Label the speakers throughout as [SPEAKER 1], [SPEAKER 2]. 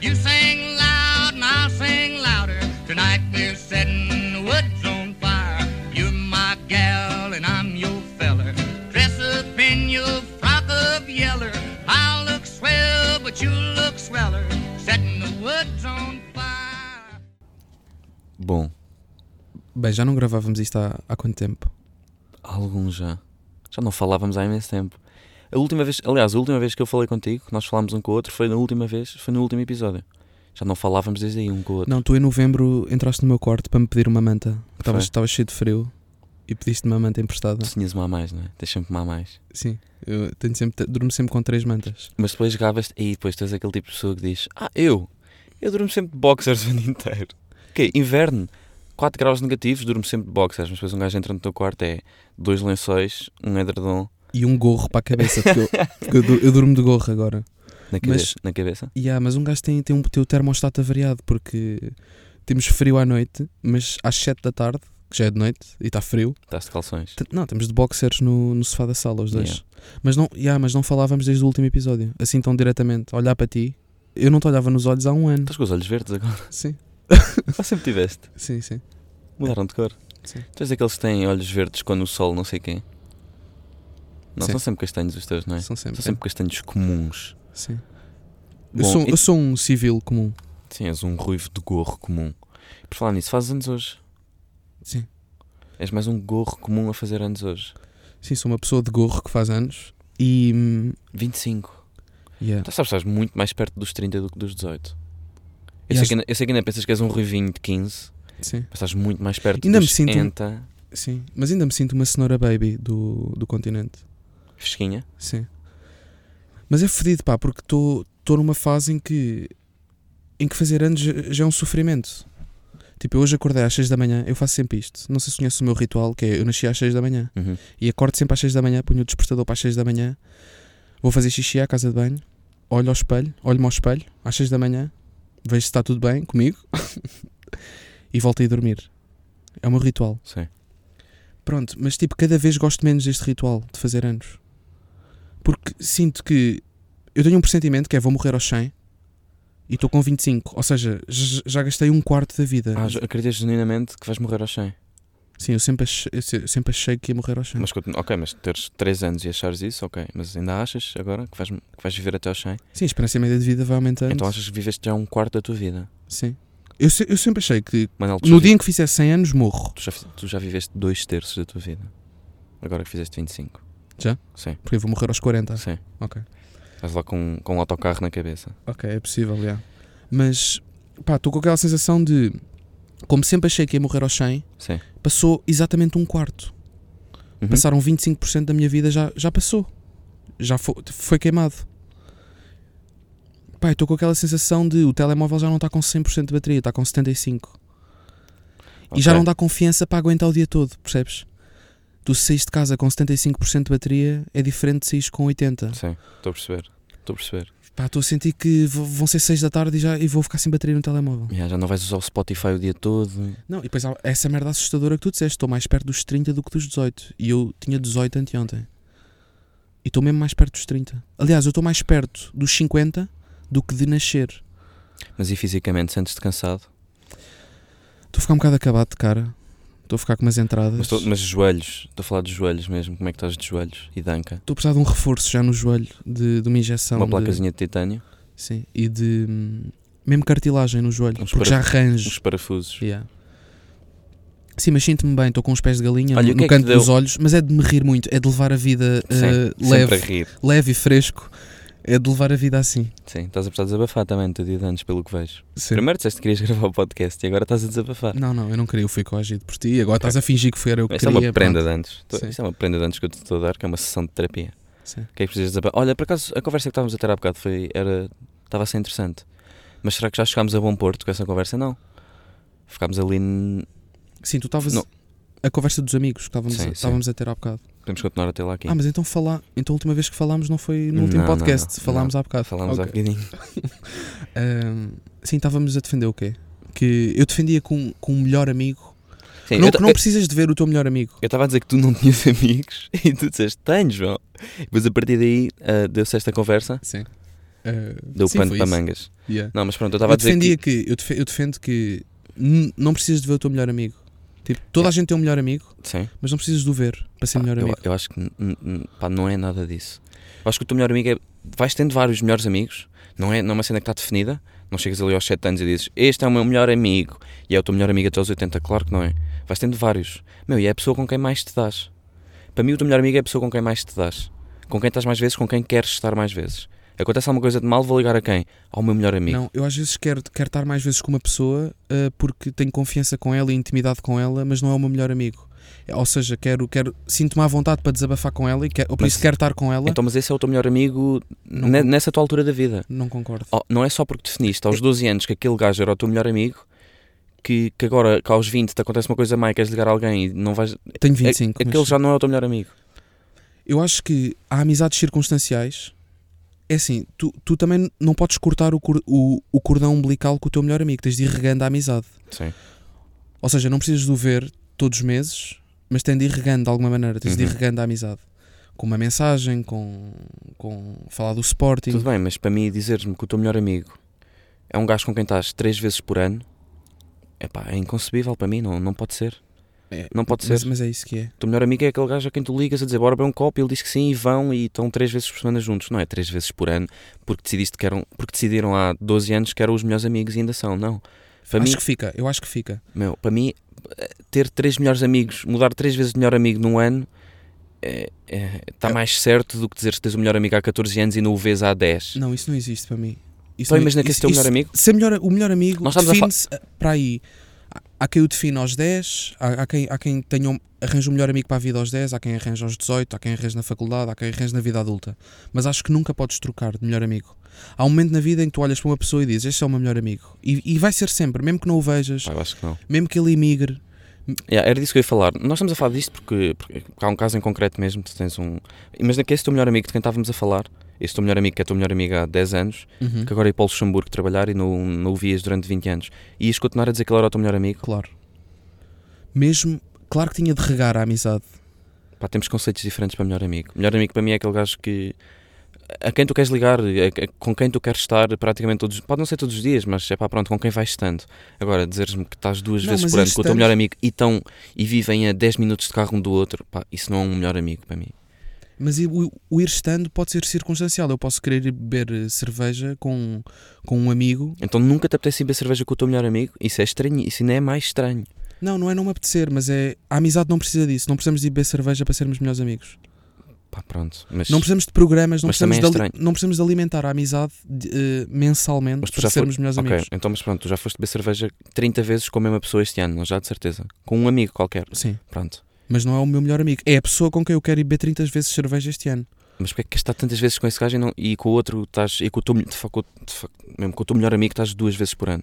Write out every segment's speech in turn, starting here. [SPEAKER 1] You sing loud and I'll sing louder. Tonight we're setting the woods on fire. You're my gal and I'm your feller. Dress up in your frock of yeller. I'll look swell, but you look sweller. Setting the woods on fire.
[SPEAKER 2] Bom,
[SPEAKER 3] Bem, já não gravávamos isto há, há quanto tempo?
[SPEAKER 2] alguns já. Já não falávamos há imenso tempo. A última vez, aliás, a última vez que eu falei contigo, que nós falámos um com o outro, foi na última vez, foi no último episódio. Já não falávamos desde aí um com o outro.
[SPEAKER 3] Não, tu em novembro entraste no meu quarto para me pedir uma manta. Estavas estavas cheio de frio e pediste uma manta emprestada.
[SPEAKER 2] Tu tinhas uma a mais, não é? Tens sempre uma a mais.
[SPEAKER 3] Sim, eu tenho sempre, durmo sempre com três mantas.
[SPEAKER 2] Mas depois gravas e depois tens aquele tipo de pessoa que diz: Ah, eu? Eu durmo sempre de boxers o ano inteiro. Ok, inverno, 4 graus negativos, durmo sempre de boxers. Mas depois um gajo entra no teu quarto, é dois lençóis, um edredom
[SPEAKER 3] E um gorro para a cabeça, porque eu, porque eu, du- eu durmo de gorro agora.
[SPEAKER 2] na cabeça. Na cabeça.
[SPEAKER 3] E há, mas um gajo tem, tem, um, tem o termostato avariado, porque temos frio à noite, mas às sete da tarde, que já é de noite e está frio,
[SPEAKER 2] Estás de calções.
[SPEAKER 3] T- Não, temos de boxers no, no sofá da sala, os dois.
[SPEAKER 2] Yeah.
[SPEAKER 3] Mas, não, yeah, mas não falávamos desde o último episódio. Assim tão diretamente, olhar para ti. Eu não te olhava nos olhos há um ano.
[SPEAKER 2] Estás com os olhos verdes agora.
[SPEAKER 3] Sim,
[SPEAKER 2] Ah, sempre tiveste.
[SPEAKER 3] sim, sim.
[SPEAKER 2] Mudaram de cor.
[SPEAKER 3] Sim.
[SPEAKER 2] um Tu és daqueles que têm olhos verdes quando o sol não sei quem. Não,
[SPEAKER 3] Sim.
[SPEAKER 2] são sempre castanhos os teus, não é?
[SPEAKER 3] São sempre.
[SPEAKER 2] São sempre castanhos comuns.
[SPEAKER 3] Sim. eu,
[SPEAKER 2] Bom,
[SPEAKER 3] sou,
[SPEAKER 2] e-
[SPEAKER 3] eu sou um civil comum.
[SPEAKER 2] Sim, és um ruivo de gorro comum. Por falar nisso, fazes anos hoje.
[SPEAKER 3] Sim.
[SPEAKER 2] És mais um gorro comum a fazer anos hoje.
[SPEAKER 3] Sim, sou uma pessoa de gorro que faz anos. E. hum,
[SPEAKER 2] 25.
[SPEAKER 3] Yeah.
[SPEAKER 2] Tu Então sabes, estás muito mais perto dos 30 do que dos 18.
[SPEAKER 3] E
[SPEAKER 2] Eu, sei
[SPEAKER 3] acho-
[SPEAKER 2] que, ainda- eu sei que ainda pensas que és um ruivinho de 15,
[SPEAKER 3] Sim,
[SPEAKER 2] mas estás muito mais perto
[SPEAKER 3] Ainda me
[SPEAKER 2] dos
[SPEAKER 3] sinto um-
[SPEAKER 2] 70.
[SPEAKER 3] sim. Mas ainda me sinto uma cenoura baby do, do continente.
[SPEAKER 2] Fresquinha.
[SPEAKER 3] Sim. Mas é fedido, pá, porque estou numa fase em que em que fazer anos já- já é um sofrimento. Tipo, eu hoje acordei às 6 da manhã, eu faço sempre isto. Não sei se conheces o meu ritual, que é eu nasci às 6 da manhã.
[SPEAKER 2] Uhum.
[SPEAKER 3] E acordo sempre às 6 da manhã, ponho o despertador para as 6 da manhã, vou fazer xixi à casa de banho, olho ao espelho, olho-me ao espelho às 6 da manhã, vejo se está tudo bem comigo e volto a ir dormir. É o meu ritual.
[SPEAKER 2] Sim.
[SPEAKER 3] Pronto, mas tipo, cada vez gosto menos deste ritual de fazer anos. Porque sinto que eu tenho um pressentimento que é vou morrer aos 100 e estou com 25, ou seja, j- já gastei um quarto da vida.
[SPEAKER 2] Ah, acreditas genuinamente que vais morrer aos 100.
[SPEAKER 3] Sim, eu sempre, achei, eu se- eu sempre achei que ia morrer aos 100.
[SPEAKER 2] Mas, continu- ok, mas teres 3 anos e achares isso, ok. Mas ainda achas agora que vais, que vais viver até aos 100?
[SPEAKER 3] Sim, a esperança média de vida vai aumentando.
[SPEAKER 2] Então achas que viveste já um quarto da tua vida?
[SPEAKER 3] Sim. Eu, se- eu sempre achei que
[SPEAKER 2] Manuel, tu, já
[SPEAKER 3] no
[SPEAKER 2] vi-
[SPEAKER 3] dia em que fizer 100 anos morro.
[SPEAKER 2] tu, já, fi- tu já viveste 2 terços da tua vida. Agora que fizeste 25.
[SPEAKER 3] Já?
[SPEAKER 2] Sim,
[SPEAKER 3] Porque eu vou morrer aos 40.
[SPEAKER 2] sim.
[SPEAKER 3] Ok.
[SPEAKER 2] Estás lá com, com um autocarro na cabeça.
[SPEAKER 3] Ok, é possível, já. Mas, pá, estou com aquela sensação de. Como sempre achei que ia morrer aos 100,
[SPEAKER 2] Sim.
[SPEAKER 3] passou exatamente um quarto.
[SPEAKER 2] Uhum.
[SPEAKER 3] Passaram 25% da minha vida, já, já passou. Já foi, foi queimado. Pá, eu estou com aquela sensação de o telemóvel já não está com 100% de bateria, está com 75%. E já
[SPEAKER 2] Ok.
[SPEAKER 3] não dá confiança para aguentar o dia todo, percebes? Tu se saís de casa com 75% de bateria é diferente de saís com 80%.
[SPEAKER 2] Sim, estou a perceber. Estou a perceber.
[SPEAKER 3] Pá, estou a sentir que v- vão ser 6 da tarde e, já, e vou ficar sem bateria no telemóvel.
[SPEAKER 2] Já, já não vais usar o Spotify o dia todo.
[SPEAKER 3] Não, e depois há essa merda assustadora que tu disseste, estou mais perto dos 30 do que dos 18. E eu tinha 18 anteontem. E estou mesmo mais perto dos 30. Aliás, eu estou mais perto dos 50 do que de nascer.
[SPEAKER 2] Mas e fisicamente sentes-te cansado?
[SPEAKER 3] Estou a ficar um bocado acabado de cara. Estou a ficar com umas entradas.
[SPEAKER 2] Mas, tô- mas joelhos, estou a falar de joelhos mesmo. Como é que estás de joelhos e danca?
[SPEAKER 3] Estou a precisar de um reforço já no joelho, de, de uma injeção.
[SPEAKER 2] Uma
[SPEAKER 3] de-
[SPEAKER 2] placazinha de titânio,
[SPEAKER 3] Sim, e de hum, mesmo cartilagem no joelho,
[SPEAKER 2] Uns
[SPEAKER 3] porque já arranjo.
[SPEAKER 2] uns parafusos.
[SPEAKER 3] Yeah. Sim, mas sinto-me bem, estou com os pés de galinha
[SPEAKER 2] Olha,
[SPEAKER 3] no-
[SPEAKER 2] o que
[SPEAKER 3] no
[SPEAKER 2] é que
[SPEAKER 3] canto
[SPEAKER 2] te
[SPEAKER 3] dos
[SPEAKER 2] deu?
[SPEAKER 3] olhos, mas é de me rir muito, é de levar a vida uh,
[SPEAKER 2] Sim, sempre a
[SPEAKER 3] leve,
[SPEAKER 2] rir.
[SPEAKER 3] leve e fresco, é de levar a vida assim.
[SPEAKER 2] Sim, estás a precisar desabafar também no teu dia de anos, pelo que vejo.
[SPEAKER 3] Sim.
[SPEAKER 2] Primeiro disseste que querias gravar o podcast e agora estás a desabafar.
[SPEAKER 3] Não, não, eu não queria, eu fui coagido por ti, agora estás a fingir que foi era eu que
[SPEAKER 2] Isto é
[SPEAKER 3] queria.
[SPEAKER 2] uma prenda de antes.
[SPEAKER 3] Sim.
[SPEAKER 2] Isto é uma prenda de antes que eu te estou a dar, que é uma sessão de terapia.
[SPEAKER 3] pronto. Sim.
[SPEAKER 2] O que é que precisas desabafar? Olha, por acaso, a conversa que estávamos a ter há bocado foi, era, estava a ser interessante. Mas será que já chegámos a bom porto com essa conversa? Não. Ficámos ali. n-
[SPEAKER 3] Sim, tu estavas...
[SPEAKER 2] Não.
[SPEAKER 3] A conversa dos amigos que estávamos,
[SPEAKER 2] Sim,
[SPEAKER 3] a,
[SPEAKER 2] sim.
[SPEAKER 3] estávamos a ter há bocado.
[SPEAKER 2] Podemos continuar até lá aqui.
[SPEAKER 3] Ah, mas então falar... Então a última vez que falámos não foi no último
[SPEAKER 2] Não, não,
[SPEAKER 3] podcast.
[SPEAKER 2] não,
[SPEAKER 3] falámos há bocado.
[SPEAKER 2] Falámos
[SPEAKER 3] Ok.
[SPEAKER 2] há bocadinho.
[SPEAKER 3] Ahm, sim, estávamos a defender o quê? Que eu defendia com, com o melhor amigo.
[SPEAKER 2] Sim,
[SPEAKER 3] não,
[SPEAKER 2] eu ta-
[SPEAKER 3] que não
[SPEAKER 2] eu-
[SPEAKER 3] precisas de ver o teu melhor amigo.
[SPEAKER 2] eu estava a dizer que tu não tinhas amigos e tu disseste, tenho, João. Mas a partir daí ah, deu-se esta conversa
[SPEAKER 3] Sim. eh,
[SPEAKER 2] Deu
[SPEAKER 3] sim,
[SPEAKER 2] pano
[SPEAKER 3] foi
[SPEAKER 2] para
[SPEAKER 3] isso.
[SPEAKER 2] mangas.
[SPEAKER 3] Yeah.
[SPEAKER 2] Não, mas pronto, eu
[SPEAKER 3] Eu
[SPEAKER 2] estava a dizer
[SPEAKER 3] defendia
[SPEAKER 2] que.
[SPEAKER 3] que, eu, defe- eu defendo que n- não precisas de ver o teu melhor amigo. Tipo, toda a gente tem um melhor amigo,
[SPEAKER 2] Sim.
[SPEAKER 3] mas não precisas de o ver para ser
[SPEAKER 2] Pá,
[SPEAKER 3] melhor
[SPEAKER 2] Ah, eu,
[SPEAKER 3] amigo.
[SPEAKER 2] eu acho que n- n- pá, não é nada disso. Eu acho que o teu melhor amigo é. Vais tendo vários melhores amigos, não é, não é uma cena que está definida. Não chegas ali aos 7 anos e dizes este é o meu melhor amigo e é o teu melhor amigo até aos 80. Claro que não é. Vais tendo vários. Meu, e é a pessoa com quem mais te dás. Para mim, o teu melhor amigo é a pessoa com quem mais te dás. Com quem estás mais vezes, com quem queres estar mais vezes. Acontece alguma coisa de mal, vou ligar a quem? Ao meu melhor amigo.
[SPEAKER 3] Não, eu às vezes quero, quero estar mais vezes com uma pessoa ah, porque tenho confiança com ela e intimidade com ela, mas não é o meu melhor amigo. É, Ou seja, quero, quero sinto-me à vontade para desabafar com ela e quero, ou por
[SPEAKER 2] Mas-
[SPEAKER 3] isso quero estar com ela.
[SPEAKER 2] Então, mas esse é o teu melhor amigo
[SPEAKER 3] é.
[SPEAKER 2] ne- nessa tua altura da vida.
[SPEAKER 3] Não concordo.
[SPEAKER 2] Oh, não é só porque definiste aos 12 anos que aquele gajo era o teu melhor amigo que, que agora, que aos 20, te acontece uma coisa má e queres ligar a alguém e não vais.
[SPEAKER 3] Tenho 25.
[SPEAKER 2] A-
[SPEAKER 3] mas-
[SPEAKER 2] aquele já não é o teu melhor amigo.
[SPEAKER 3] Eu acho que há amizades circunstanciais. É assim, tu, tu também não podes cortar o, cor- o, o cordão umbilical com o teu melhor amigo, tens de ir regando a amizade.
[SPEAKER 2] Sim.
[SPEAKER 3] Ou seja, não precisas de o ver todos os meses, mas tens de ir regando de alguma maneira, tens de ir
[SPEAKER 2] Uhum.
[SPEAKER 3] regando a amizade. Com uma mensagem, com, com falar do Sporting.
[SPEAKER 2] Tudo bem, mas para mim, dizeres-me que o teu melhor amigo é um gajo com quem estás 3 vezes por ano epá, é inconcebível para mim, não, não pode ser.
[SPEAKER 3] É,
[SPEAKER 2] não pode
[SPEAKER 3] mas,
[SPEAKER 2] ser.
[SPEAKER 3] mas é isso que é.
[SPEAKER 2] O teu melhor amigo é aquele gajo a quem tu ligas a dizer bora beber um copo e ele diz que sim e vão e estão 3 vezes por semana juntos. Não é 3 vezes por ano porque, decidiste que eram, porque decidiram há 12 anos que eram os melhores amigos e ainda são. Não. Para
[SPEAKER 3] acho
[SPEAKER 2] mim,
[SPEAKER 3] que fica, eu acho que fica.
[SPEAKER 2] Meu, para mim, eh, ter três melhores amigos, mudar três vezes de melhor amigo num ano, está
[SPEAKER 3] É.
[SPEAKER 2] mais certo do que dizer que tens o melhor amigo há 14 anos e não o vês há 10.
[SPEAKER 3] Não, isso não existe para mim. Isso
[SPEAKER 2] Então
[SPEAKER 3] não-
[SPEAKER 2] imagina que esse
[SPEAKER 3] isso-
[SPEAKER 2] teu
[SPEAKER 3] isso-
[SPEAKER 2] melhor amigo.
[SPEAKER 3] Ser melhor, o melhor amigo
[SPEAKER 2] Nós estamos a
[SPEAKER 3] define-se ah, para aí. Há- Há quem o define aos 10, há, há quem, há quem tenha um- arranja o melhor amigo para a vida aos 10, há quem arranja aos 18, há quem arranja na faculdade, há quem arranja na vida adulta. Mas acho que nunca podes trocar de melhor amigo. Há um momento na vida em que tu olhas para uma pessoa e dizes: Este é o meu melhor amigo. E, e vai ser sempre, mesmo que não o vejas,
[SPEAKER 2] Pá, eu acho que não.
[SPEAKER 3] mesmo que ele emigre.
[SPEAKER 2] Yeah, era disso que eu ia falar. Nós estamos a falar disto porque, porque há um caso em concreto mesmo. Tu tens um. Imagina que esse teu melhor amigo de quem estávamos a falar, esse teu melhor amigo que é teu melhor amigo há 10 anos,
[SPEAKER 3] Uhum,
[SPEAKER 2] que agora ia para o Luxemburgo trabalhar e não, não o vias durante 20 anos, e ias continuar a dizer que ele era o teu melhor amigo.
[SPEAKER 3] Claro. Mesmo, claro que tinha de regar a amizade.
[SPEAKER 2] Pá, temos conceitos diferentes para melhor amigo. Melhor amigo para mim é aquele gajo que. a quem tu queres ligar, a- a- com quem tu queres estar praticamente todos. pode não ser todos os dias, mas é pá, pronto, com quem vais estando. Agora, dizeres-me que estás duas
[SPEAKER 3] Não,
[SPEAKER 2] vezes
[SPEAKER 3] mas
[SPEAKER 2] por ano
[SPEAKER 3] esses
[SPEAKER 2] com o teu
[SPEAKER 3] tantos-
[SPEAKER 2] melhor amigo e, tão, e vivem a 10 minutos de carro um do outro, pá, isso não é um melhor amigo para mim.
[SPEAKER 3] Mas e o, o ir estando pode ser circunstancial. Eu posso querer ir beber eh, cerveja com, com um amigo.
[SPEAKER 2] Então nunca te apetece ir beber cerveja com o teu melhor amigo? Isso é estranho, isso ainda é mais estranho.
[SPEAKER 3] Não, não é não me apetecer, mas é. A amizade não precisa disso. Não precisamos de ir beber cerveja para sermos melhores amigos.
[SPEAKER 2] Pá, pronto. Mas,
[SPEAKER 3] Não precisamos de programas, não,
[SPEAKER 2] Mas
[SPEAKER 3] precisamos,
[SPEAKER 2] também é
[SPEAKER 3] de, ali- não precisamos de alimentar a amizade de, eh, mensalmente
[SPEAKER 2] Mas tu
[SPEAKER 3] para
[SPEAKER 2] já
[SPEAKER 3] sermos melhores
[SPEAKER 2] Ok,
[SPEAKER 3] amigos.
[SPEAKER 2] então, mas pronto, tu já foste beber cerveja 30 vezes com a mesma pessoa este ano, já de certeza. Com um amigo qualquer.
[SPEAKER 3] Sim,
[SPEAKER 2] Pronto.
[SPEAKER 3] mas não é o meu melhor amigo. É a pessoa com quem eu quero ir beber 30 vezes cerveja este ano.
[SPEAKER 2] Mas porque é que queres estar tantas vezes com esse gajo e, não- e com o outro estás. e com o teu, de facto, com o- de facto, mesmo com o teu melhor amigo estás duas vezes por ano?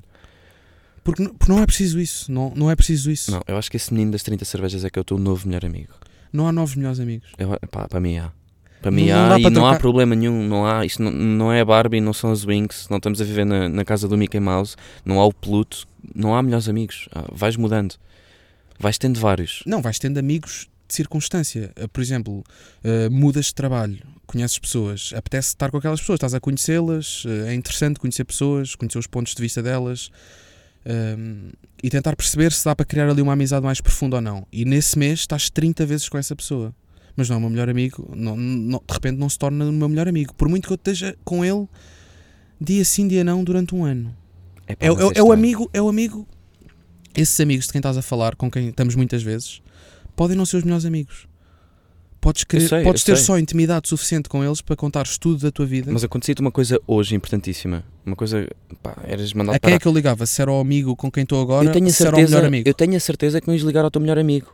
[SPEAKER 3] Porque, n- porque não é preciso isso. Não, não é preciso isso.
[SPEAKER 2] Não, eu acho que esse menino das 30 cervejas é que é o teu novo melhor amigo.
[SPEAKER 3] Não há novos melhores amigos.
[SPEAKER 2] Eu, pá, para mim há. Para mim
[SPEAKER 3] Não- não
[SPEAKER 2] há
[SPEAKER 3] dá
[SPEAKER 2] e
[SPEAKER 3] para
[SPEAKER 2] não há
[SPEAKER 3] trocar-
[SPEAKER 2] problema nenhum. Não há, isto não, não é a Barbie, não são as Winx, não estamos a viver na, na casa do Mickey Mouse, não há o Pluto, não há melhores amigos. Ah, vais mudando. Vais tendo vários.
[SPEAKER 3] Não, vais tendo amigos de circunstância. Eh, Por exemplo, eh, mudas de trabalho, conheces pessoas, apetece estar com aquelas pessoas, estás a conhecê-las, eh, é interessante conhecer pessoas, conhecer os pontos de vista delas ehm, e tentar perceber se dá para criar ali uma amizade mais profunda ou não. E nesse mês estás 30 vezes com essa pessoa. Mas não é o meu melhor amigo, não- não- de repente não se torna o meu melhor amigo. Por muito que eu esteja com ele dia sim, dia não, durante um ano.
[SPEAKER 2] Epá,
[SPEAKER 3] É,
[SPEAKER 2] mas
[SPEAKER 3] é- é o
[SPEAKER 2] estranho.
[SPEAKER 3] amigo, é o amigo. Esses amigos de quem estás a falar, com quem estamos muitas vezes, podem não ser os melhores amigos. Podes, querer,
[SPEAKER 2] sei,
[SPEAKER 3] podes
[SPEAKER 2] eu
[SPEAKER 3] ter
[SPEAKER 2] sei.
[SPEAKER 3] só intimidade suficiente com eles para contares tudo da tua vida.
[SPEAKER 2] Mas acontecia-te uma coisa hoje importantíssima. Uma coisa. pá, eras mandado
[SPEAKER 3] a quem
[SPEAKER 2] para
[SPEAKER 3] é que eu ligava? Se era o amigo com quem estou agora,
[SPEAKER 2] eu tenho a
[SPEAKER 3] se era o melhor
[SPEAKER 2] certeza,
[SPEAKER 3] amigo.
[SPEAKER 2] eu tenho a certeza que não ias ligar ao teu melhor amigo.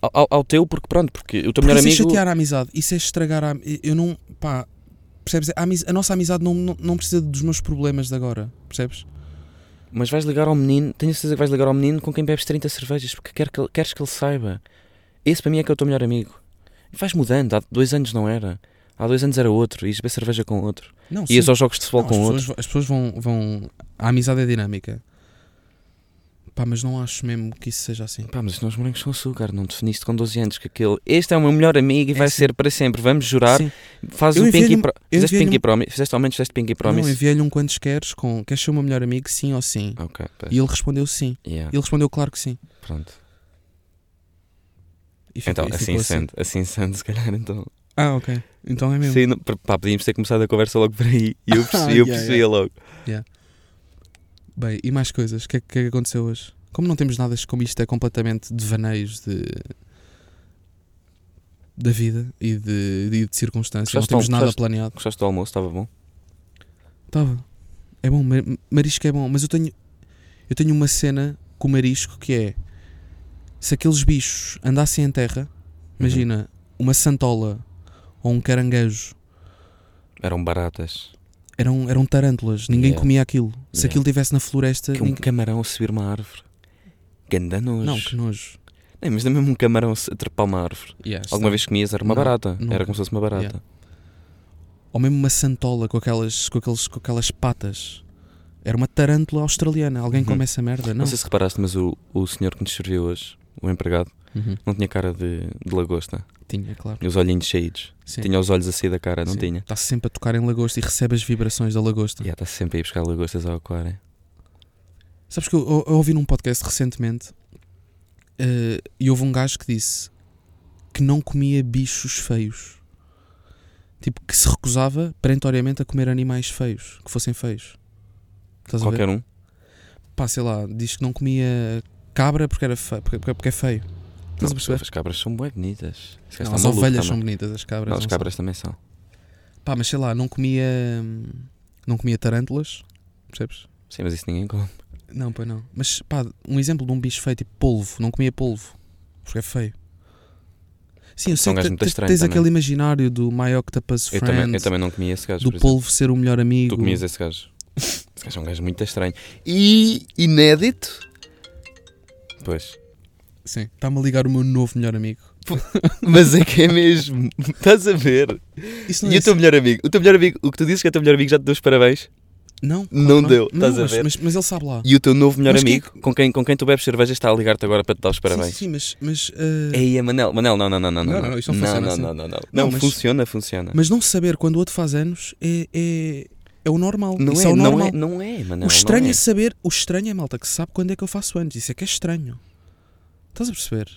[SPEAKER 2] Ao, ao- ao teu, porque pronto, porque o teu
[SPEAKER 3] Porque
[SPEAKER 2] melhor
[SPEAKER 3] isso é
[SPEAKER 2] amigo.
[SPEAKER 3] chatear a amizade, isso é estragar a. Eu não. pá. Percebes? A, amiz- a nossa amizade não, não, não precisa dos meus problemas de agora, percebes?
[SPEAKER 2] Mas vais ligar ao menino, tenho a certeza que vais ligar ao menino com quem bebes 30 cervejas, porque quer que ele- queres que ele saiba. Esse para mim é que é o teu melhor amigo. E vais mudando, há dois anos não era. Há dois anos era outro, ias beber cerveja com outro.
[SPEAKER 3] Não,
[SPEAKER 2] Ias aos jogos de futebol
[SPEAKER 3] Não,
[SPEAKER 2] com
[SPEAKER 3] as
[SPEAKER 2] outro.
[SPEAKER 3] pessoas, As pessoas vão, vão. A amizade é dinâmica. Pá, mas não acho mesmo que isso seja assim.
[SPEAKER 2] Pá, mas isto não é os morangos com açúcar, não definiste com 12 anos que aquele. Este é o meu melhor amigo e vai ser para sempre, vamos jurar.
[SPEAKER 3] Sim.
[SPEAKER 2] Faz
[SPEAKER 3] Eu
[SPEAKER 2] o
[SPEAKER 3] enviei-lhe
[SPEAKER 2] Pinky
[SPEAKER 3] um-
[SPEAKER 2] Pro...
[SPEAKER 3] eu
[SPEAKER 2] Fizeste
[SPEAKER 3] enviei-lhe
[SPEAKER 2] Pinky
[SPEAKER 3] um-
[SPEAKER 2] Promise? Fizeste ao menos fizeste Pinky
[SPEAKER 3] Não,
[SPEAKER 2] Promise? Ah,
[SPEAKER 3] enviei-lhe um quantos queres com queres ser o meu melhor amigo, sim ou sim?
[SPEAKER 2] Ok, pois.
[SPEAKER 3] E ele respondeu sim.
[SPEAKER 2] Yeah,
[SPEAKER 3] Ele respondeu claro que sim.
[SPEAKER 2] pronto.
[SPEAKER 3] E ficou-
[SPEAKER 2] Então,
[SPEAKER 3] e
[SPEAKER 2] assim
[SPEAKER 3] ficou
[SPEAKER 2] sendo, assim sendo, se calhar, então.
[SPEAKER 3] Ah, ok. Então é mesmo.
[SPEAKER 2] Sim, não- pá, podíamos ter começado a conversa logo por aí e eu, perce- eu
[SPEAKER 3] yeah,
[SPEAKER 2] percebia logo.
[SPEAKER 3] Bem, e mais coisas? O que, é- que é que aconteceu hoje? Como não temos nada, como isto é completamente devaneios de. da vida e de, e de circunstâncias, não
[SPEAKER 2] Gostaste
[SPEAKER 3] temos
[SPEAKER 2] de-
[SPEAKER 3] nada
[SPEAKER 2] gostaste-
[SPEAKER 3] planeado.
[SPEAKER 2] Gostaste do almoço? Estava bom?
[SPEAKER 3] Tava. É bom, mar- marisco é bom, mas eu tenho. eu tenho uma cena com marisco que é. se aqueles bichos andassem em terra,
[SPEAKER 2] Uhum.
[SPEAKER 3] imagina, uma santola ou um caranguejo.
[SPEAKER 2] Eram baratas.
[SPEAKER 3] Eram, eram tarântulas, ninguém
[SPEAKER 2] Yeah.
[SPEAKER 3] comia aquilo. Se
[SPEAKER 2] Yeah.
[SPEAKER 3] aquilo estivesse na floresta.
[SPEAKER 2] Que um
[SPEAKER 3] ninguém-
[SPEAKER 2] camarão a subir uma árvore. Ganda nojo.
[SPEAKER 3] Não, que nojo.
[SPEAKER 2] É, mas não é mesmo um camarão a se- a trepar uma árvore. Alguma vez comias, era uma
[SPEAKER 3] Não,
[SPEAKER 2] barata.
[SPEAKER 3] nunca.
[SPEAKER 2] Era como se fosse uma barata.
[SPEAKER 3] ou mesmo uma santola com aquelas, com aqueles, com aquelas patas. Era uma tarântula australiana. Alguém
[SPEAKER 2] Uhum.
[SPEAKER 3] come essa merda? Não.
[SPEAKER 2] Não sei se reparaste, mas o, o senhor que nos serviu hoje, o empregado,
[SPEAKER 3] Uhum.
[SPEAKER 2] não tinha cara de, de lagosta.
[SPEAKER 3] Tinha, claro.
[SPEAKER 2] E os olhinhos cheídos.
[SPEAKER 3] Sim.
[SPEAKER 2] Tinha os olhos a sair da cara, não tinha?
[SPEAKER 3] Está sempre a tocar em lagosta e recebe as vibrações da lagosta.
[SPEAKER 2] E está sempre a ir buscar lagostas ao aquário.
[SPEAKER 3] Sabes que eu, eu- eu ouvi num podcast recentemente eh, e houve um gajo que disse que não comia bichos feios. Tipo, que se recusava perentoriamente a comer animais feios, que fossem feios. Estás a ver?
[SPEAKER 2] Qualquer um.
[SPEAKER 3] Pá, sei lá, diz que não comia cabra porque, era fe- porque, porque- porque é feio. Estás a
[SPEAKER 2] Não,
[SPEAKER 3] perceber?
[SPEAKER 2] As cabras são bem bonitas. Esse gajo
[SPEAKER 3] Não,
[SPEAKER 2] tá
[SPEAKER 3] as
[SPEAKER 2] maluco
[SPEAKER 3] ovelhas são
[SPEAKER 2] também.
[SPEAKER 3] bonitas, as cabras.
[SPEAKER 2] Não, as
[SPEAKER 3] não
[SPEAKER 2] cabras também são.
[SPEAKER 3] são. Pá, mas sei lá, não comia. hum, Não comia tarântulas, percebes?
[SPEAKER 2] Sim, mas isso ninguém come.
[SPEAKER 3] Não, pois não. Mas pá, um exemplo de um bicho feio, tipo polvo, não comia polvo, porque é feio. Sim, eu
[SPEAKER 2] Isso é
[SPEAKER 3] sei
[SPEAKER 2] um gajo
[SPEAKER 3] que
[SPEAKER 2] muito
[SPEAKER 3] te- te-
[SPEAKER 2] estranho
[SPEAKER 3] tens
[SPEAKER 2] também.
[SPEAKER 3] aquele imaginário do My Octopus
[SPEAKER 2] Eu
[SPEAKER 3] Friend,
[SPEAKER 2] também, eu também não comia esse gajo.
[SPEAKER 3] do
[SPEAKER 2] por exemplo.
[SPEAKER 3] polvo ser o melhor amigo.
[SPEAKER 2] Tu comias esse gajo. Esse gajo é um gajo muito estranho. E inédito. Pois.
[SPEAKER 3] Sim, está-me a ligar o meu novo melhor amigo.
[SPEAKER 2] Mas é que é mesmo. Estás a ver?
[SPEAKER 3] Isso não
[SPEAKER 2] E
[SPEAKER 3] é
[SPEAKER 2] o teu melhor amigo? O teu melhor amigo, o que tu dizes que é o teu melhor amigo já te deu os parabéns.
[SPEAKER 3] assim. Não,
[SPEAKER 2] Não deu, estás a
[SPEAKER 3] mas,
[SPEAKER 2] ver?
[SPEAKER 3] Mas, mas ele sabe lá.
[SPEAKER 2] E o teu novo melhor
[SPEAKER 3] Mas quem-
[SPEAKER 2] amigo, com, quem, com quem tu bebes cerveja, está a ligar-te agora para te dar os
[SPEAKER 3] Sim,
[SPEAKER 2] parabéns. É
[SPEAKER 3] sim, mas. mas eh,
[SPEAKER 2] Ei, a Manel, Manel, não, não, não, não,
[SPEAKER 3] Não,
[SPEAKER 2] não.
[SPEAKER 3] não, isto não funciona
[SPEAKER 2] Não,
[SPEAKER 3] assim.
[SPEAKER 2] não, não, não.
[SPEAKER 3] Não,
[SPEAKER 2] Não,
[SPEAKER 3] mas-
[SPEAKER 2] funciona, funciona.
[SPEAKER 3] Mas não saber quando o outro faz anos é, é, é o normal.
[SPEAKER 2] Não
[SPEAKER 3] Isso
[SPEAKER 2] é,
[SPEAKER 3] o
[SPEAKER 2] não
[SPEAKER 3] normal.
[SPEAKER 2] é, não é, Manel.
[SPEAKER 3] o estranho
[SPEAKER 2] não
[SPEAKER 3] é.
[SPEAKER 2] é.
[SPEAKER 3] saber, o estranho é malta que sabe quando é que eu faço anos. Isso é que é estranho. Estás a perceber?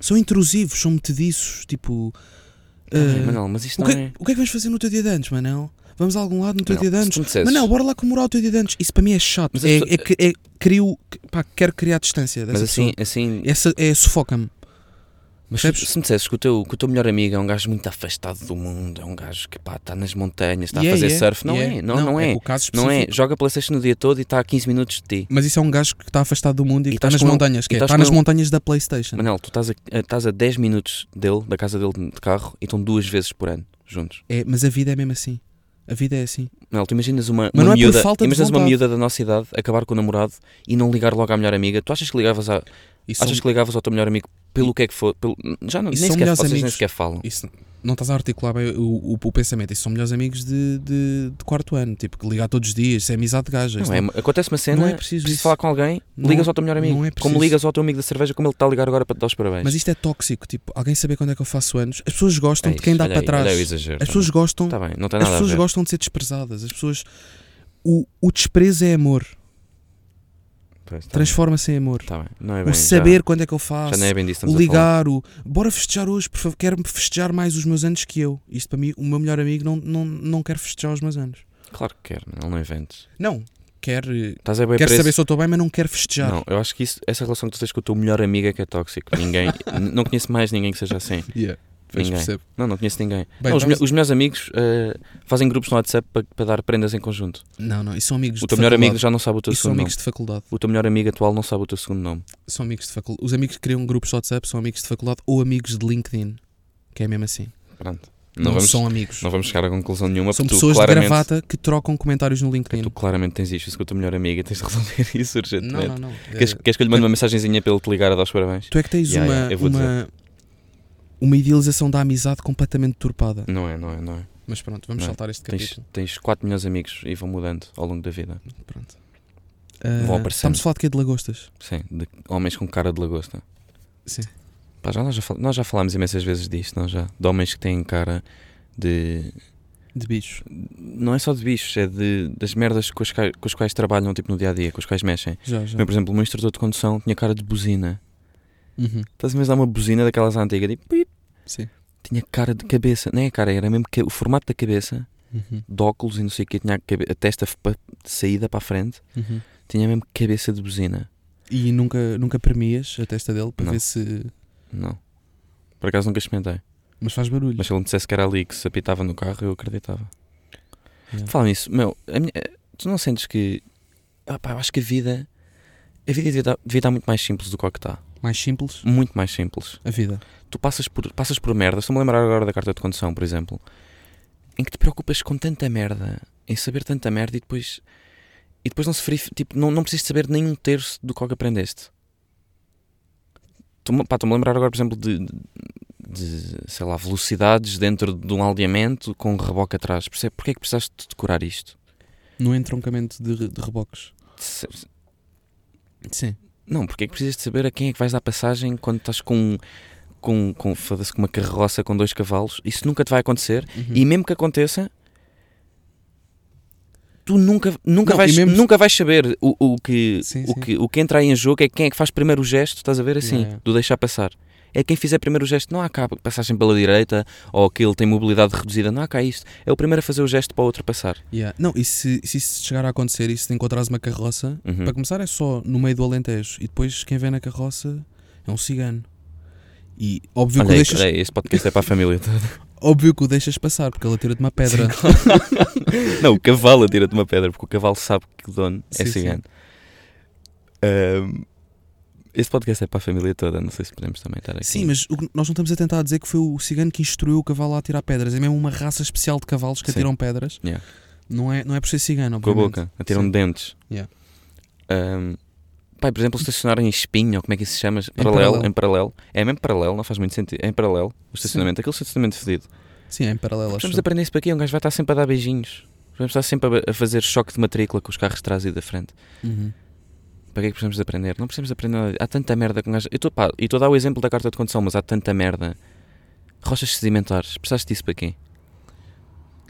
[SPEAKER 3] São intrusivos, são metediços, tipo.
[SPEAKER 2] Ai,
[SPEAKER 3] eh,
[SPEAKER 2] Manel, mas isto
[SPEAKER 3] o,
[SPEAKER 2] não
[SPEAKER 3] que,
[SPEAKER 2] é.
[SPEAKER 3] o que é que vamos fazer no teu dia de anos, Manel? Vamos a algum lado no teu
[SPEAKER 2] Manel,
[SPEAKER 3] dia de
[SPEAKER 2] se
[SPEAKER 3] anos?
[SPEAKER 2] tu me dissesses-
[SPEAKER 3] Manel, bora lá comemorar o teu dia de anos. Isso para mim é chato.
[SPEAKER 2] Mas as
[SPEAKER 3] é,
[SPEAKER 2] pessoas-
[SPEAKER 3] é, que- é, crio, pá, quero criar distância dessa
[SPEAKER 2] Mas assim,
[SPEAKER 3] pessoa.
[SPEAKER 2] assim,
[SPEAKER 3] Essa, é, sufoca-me.
[SPEAKER 2] Mas se,
[SPEAKER 3] Percebes?
[SPEAKER 2] se me dissesses que o, teu, que o teu melhor amigo é um gajo muito afastado do mundo, é um gajo que pá, está nas montanhas, está
[SPEAKER 3] E é,
[SPEAKER 2] a fazer
[SPEAKER 3] e é,
[SPEAKER 2] surf, não
[SPEAKER 3] e
[SPEAKER 2] é? Não, não, é.
[SPEAKER 3] que o caso
[SPEAKER 2] Não é.
[SPEAKER 3] específico-
[SPEAKER 2] Joga PlayStation o dia todo e está a 15 minutos de ti.
[SPEAKER 3] Mas isso é um gajo que está afastado do mundo e,
[SPEAKER 2] E
[SPEAKER 3] que está
[SPEAKER 2] estás
[SPEAKER 3] nas
[SPEAKER 2] com ele-
[SPEAKER 3] montanhas.
[SPEAKER 2] e
[SPEAKER 3] Que é,
[SPEAKER 2] estás
[SPEAKER 3] está
[SPEAKER 2] com
[SPEAKER 3] nas
[SPEAKER 2] ele-
[SPEAKER 3] montanhas da Playstation.
[SPEAKER 2] Manel, tu estás a, a- estás a 10 minutos dele, da casa dele de carro, e estão duas vezes por ano juntos.
[SPEAKER 3] É, mas a vida é mesmo assim. A vida é assim.
[SPEAKER 2] Manel, tu imaginas uma,
[SPEAKER 3] Mas
[SPEAKER 2] uma
[SPEAKER 3] não é por
[SPEAKER 2] miúda,
[SPEAKER 3] falta de
[SPEAKER 2] imaginas uma
[SPEAKER 3] vontade.
[SPEAKER 2] miúda da nossa idade acabar com o namorado e não ligar logo à melhor amiga? Tu achas que ligavas, a,
[SPEAKER 3] E são-
[SPEAKER 2] achas que ligavas ao teu melhor amigo pelo que é que for? Pelo, já não,
[SPEAKER 3] E
[SPEAKER 2] nem
[SPEAKER 3] são
[SPEAKER 2] sequer,
[SPEAKER 3] melhores
[SPEAKER 2] vocês nem
[SPEAKER 3] amigos.
[SPEAKER 2] sequer falam.
[SPEAKER 3] isso- não estás a articular bem o, o, o pensamento. Isso são melhores amigos de, de, de quarto ano. Tipo, que ligar todos os dias, isso é amizade de gaja. Isso
[SPEAKER 2] Não, é, acontece uma cena,
[SPEAKER 3] não é preciso isso.
[SPEAKER 2] falar com alguém,
[SPEAKER 3] Não-
[SPEAKER 2] ligas ao teu melhor amigo.
[SPEAKER 3] não é
[SPEAKER 2] como
[SPEAKER 3] preciso.
[SPEAKER 2] ligas ao teu amigo da cerveja, como ele está a ligar agora para te dar os parabéns.
[SPEAKER 3] Mas isto é tóxico. Tipo, alguém saber quando é que eu faço anos. As pessoas gostam
[SPEAKER 2] É
[SPEAKER 3] de quem
[SPEAKER 2] isso,
[SPEAKER 3] dá
[SPEAKER 2] olha
[SPEAKER 3] para
[SPEAKER 2] aí,
[SPEAKER 3] trás.
[SPEAKER 2] olha aí o exagero
[SPEAKER 3] As pessoas gostam.
[SPEAKER 2] Está Tá bem, não tem
[SPEAKER 3] As
[SPEAKER 2] nada a
[SPEAKER 3] pessoas
[SPEAKER 2] ver.
[SPEAKER 3] gostam de ser desprezadas. As pessoas. O, o desprezo é amor.
[SPEAKER 2] Pois, tá
[SPEAKER 3] Transforma-se em amor.
[SPEAKER 2] bem, tá bem, não é
[SPEAKER 3] o
[SPEAKER 2] bem,
[SPEAKER 3] saber quando é que eu
[SPEAKER 2] já,
[SPEAKER 3] faço.
[SPEAKER 2] já não é bem disso que
[SPEAKER 3] o
[SPEAKER 2] estamos a falar.
[SPEAKER 3] ligar, o bora festejar hoje, por favor, quero-me festejar mais os meus anos que eu. Isto para mim, o meu melhor amigo não, não, não quer festejar os meus anos.
[SPEAKER 2] Claro que quer, Manel, não inventes.
[SPEAKER 3] Não, quer, eh,
[SPEAKER 2] Estás a bem
[SPEAKER 3] quer
[SPEAKER 2] preço.
[SPEAKER 3] saber se é eu estou bem, mas não quer festejar.
[SPEAKER 2] Não, eu acho que isso, essa relação que tu tens com o teu melhor amigo é que é tóxico. Ninguém, n- não conheço mais ninguém que seja assim. Pois, Ninguém. percebo. Não, não conheço ninguém.
[SPEAKER 3] Bem,
[SPEAKER 2] Não, os,
[SPEAKER 3] vamos-
[SPEAKER 2] me- os meus amigos eh, fazem grupos no WhatsApp para, para dar prendas em conjunto.
[SPEAKER 3] Não, não, isso são amigos
[SPEAKER 2] O
[SPEAKER 3] de
[SPEAKER 2] teu melhor amigo
[SPEAKER 3] faculdade.
[SPEAKER 2] já não sabe o teu
[SPEAKER 3] Isso são
[SPEAKER 2] segundo
[SPEAKER 3] amigos
[SPEAKER 2] nome.
[SPEAKER 3] de faculdade.
[SPEAKER 2] O teu melhor amigo atual não sabe o teu segundo nome.
[SPEAKER 3] São amigos de faculdade. Os amigos que criam grupos de WhatsApp são amigos de faculdade ou amigos de LinkedIn. Que é mesmo assim.
[SPEAKER 2] Pronto.
[SPEAKER 3] Não, são amigos.
[SPEAKER 2] Não vamos chegar a conclusão nenhuma
[SPEAKER 3] são
[SPEAKER 2] porque tu
[SPEAKER 3] pessoas de
[SPEAKER 2] claramente, É
[SPEAKER 3] gravata que trocam comentários no LinkedIn.
[SPEAKER 2] tu claramente tens isto com a tua melhor amiga e tens de resolver isso urgentemente.
[SPEAKER 3] Não, não, não. Eh,
[SPEAKER 2] Queres, queres que eu lhe mande uma mensagenzinha para ele te ligar a dar os parabéns?
[SPEAKER 3] Tu é que tens
[SPEAKER 2] Yeah,
[SPEAKER 3] uma,
[SPEAKER 2] yeah, eu vou
[SPEAKER 3] uma, uma idealização da amizade completamente turpada.
[SPEAKER 2] Não é, não é, não é.
[SPEAKER 3] Mas pronto, vamos
[SPEAKER 2] Não,
[SPEAKER 3] saltar este
[SPEAKER 2] Tens,
[SPEAKER 3] capítulo.
[SPEAKER 2] tens 4 milhões de amigos e vão mudando ao longo da vida.
[SPEAKER 3] Pronto. Ah,
[SPEAKER 2] Vão aparecendo.
[SPEAKER 3] estamos a falar de quê? De lagostas.
[SPEAKER 2] Sim, de homens com cara de lagosta.
[SPEAKER 3] Sim.
[SPEAKER 2] Pá, já, nós, já, fal- nós já falámos imensas vezes disto, nós já. De homens que têm cara de.
[SPEAKER 3] De bichos.
[SPEAKER 2] Não é só de bichos, é de, das merdas com as, ca- com as quais trabalham tipo, no dia a dia, com as quais mexem.
[SPEAKER 3] Já, já.
[SPEAKER 2] Eu, por exemplo, o meu instrutor de condução tinha cara de buzina.
[SPEAKER 3] Uhum.
[SPEAKER 2] Estás a imaginar uma buzina daquelas antigas? Tipo, pip.
[SPEAKER 3] Sim.
[SPEAKER 2] tinha cara de cabeça, nem a cara, era mesmo que, o formato da cabeça,
[SPEAKER 3] Uhum.
[SPEAKER 2] de óculos e não sei o que, tinha a, cabe- a testa f- pa- saída para a frente,
[SPEAKER 3] Uhum.
[SPEAKER 2] tinha mesmo cabeça de buzina.
[SPEAKER 3] E nunca, nunca premias a testa dele para
[SPEAKER 2] Não.
[SPEAKER 3] ver se.
[SPEAKER 2] Não. Por acaso nunca experimentei.
[SPEAKER 3] Mas faz barulho.
[SPEAKER 2] Mas se ele me dissesse que era ali que se apitava no carro, eu acreditava.
[SPEAKER 3] Yeah.
[SPEAKER 2] Fala nisso, meu, a minha- tu não sentes que. Ah, pá, eu acho que a vida. A vida devia estar, devia estar muito mais simples do que o que está.
[SPEAKER 3] Mais simples,
[SPEAKER 2] Muito mais simples.
[SPEAKER 3] a vida.
[SPEAKER 2] Tu passas por, passas por merda. Estou-me a lembrar agora da carta de condução, por exemplo, em que te preocupas com tanta merda, em saber tanta merda e depois. E depois não se verif- tipo, não, não precisas de saber nem um terço do que é que aprendeste. Estou-me- pá, Estou-me a lembrar agora, por exemplo, de, de, sei lá, velocidades dentro de um aldeamento com um reboque atrás. Percebe? Porquê é que precisaste de decorar isto?
[SPEAKER 3] No entroncamento de, re- de reboques.
[SPEAKER 2] Se-
[SPEAKER 3] Sim.
[SPEAKER 2] Não, porque é que precisas de saber a quem é que vais dar passagem quando estás com, um, com, com, foda-se, com uma carroça com dois cavalos? Isso nunca te vai acontecer.
[SPEAKER 3] Uhum.
[SPEAKER 2] E mesmo que aconteça, tu nunca, nunca,
[SPEAKER 3] Não,
[SPEAKER 2] vais,
[SPEAKER 3] e mesmo-
[SPEAKER 2] nunca vais saber o, o, que,
[SPEAKER 3] Sim,
[SPEAKER 2] o
[SPEAKER 3] sim.
[SPEAKER 2] que, o que entra aí em jogo é quem é que faz primeiro o gesto, estás a ver assim,
[SPEAKER 3] Yeah, yeah.
[SPEAKER 2] do deixar passar. É quem fizer primeiro o gesto, não há cá passagem pela direita ou que ele tem mobilidade reduzida, não há cá isto. É o primeiro a fazer o gesto para o outro passar.
[SPEAKER 3] Yeah. Não, e se, se isso chegar a acontecer e se te encontrares uma carroça,
[SPEAKER 2] Uhum.
[SPEAKER 3] para começar é só no meio do Alentejo e depois quem vem na carroça é um cigano. E óbvio que,
[SPEAKER 2] Olha,
[SPEAKER 3] o
[SPEAKER 2] aí,
[SPEAKER 3] deixas,
[SPEAKER 2] olha aí, este podcast é para a família. toda.
[SPEAKER 3] óbvio que o deixas passar porque ele atira-te uma pedra.
[SPEAKER 2] não, o cavalo atira-te uma pedra, porque o cavalo sabe que o dono é
[SPEAKER 3] Sim, sim.
[SPEAKER 2] cigano. Ahm, este podcast é para a família toda, não sei se podemos também estar aqui.
[SPEAKER 3] Sim, mas o que nós não estamos a tentar dizer que foi o cigano que instruiu o cavalo a atirar pedras. É mesmo uma raça especial de cavalos que
[SPEAKER 2] Sim.
[SPEAKER 3] atiram pedras.
[SPEAKER 2] Yeah.
[SPEAKER 3] Não, é, não é por ser cigano,
[SPEAKER 2] com a
[SPEAKER 3] obviamente.
[SPEAKER 2] boca, atiram
[SPEAKER 3] Sim.
[SPEAKER 2] dentes.
[SPEAKER 3] Yeah.
[SPEAKER 2] Ahm, pá, por exemplo, estacionar em espinho, ou como é que isso se chama?
[SPEAKER 3] paralelo.
[SPEAKER 2] Paralelo, em paralelo. É mesmo paralelo, não faz muito sentido. É em paralelo, o estacionamento, aquele estacionamento fedido.
[SPEAKER 3] Sim, é em paralelo. acho
[SPEAKER 2] Vamos
[SPEAKER 3] eu.
[SPEAKER 2] aprender isso para aqui, um gajo vai estar sempre a dar beijinhos. Vamos estar sempre a- a fazer choque de matrícula com os carros de trás e da frente.
[SPEAKER 3] Uhum.
[SPEAKER 2] Para que é que precisamos de aprender? Não precisamos de aprender nada. Há tanta merda que um gajo... Eu estou pá, e estou a dar o exemplo da carta de condução, mas há tanta merda. Rochas sedimentares, precisaste disso para quê?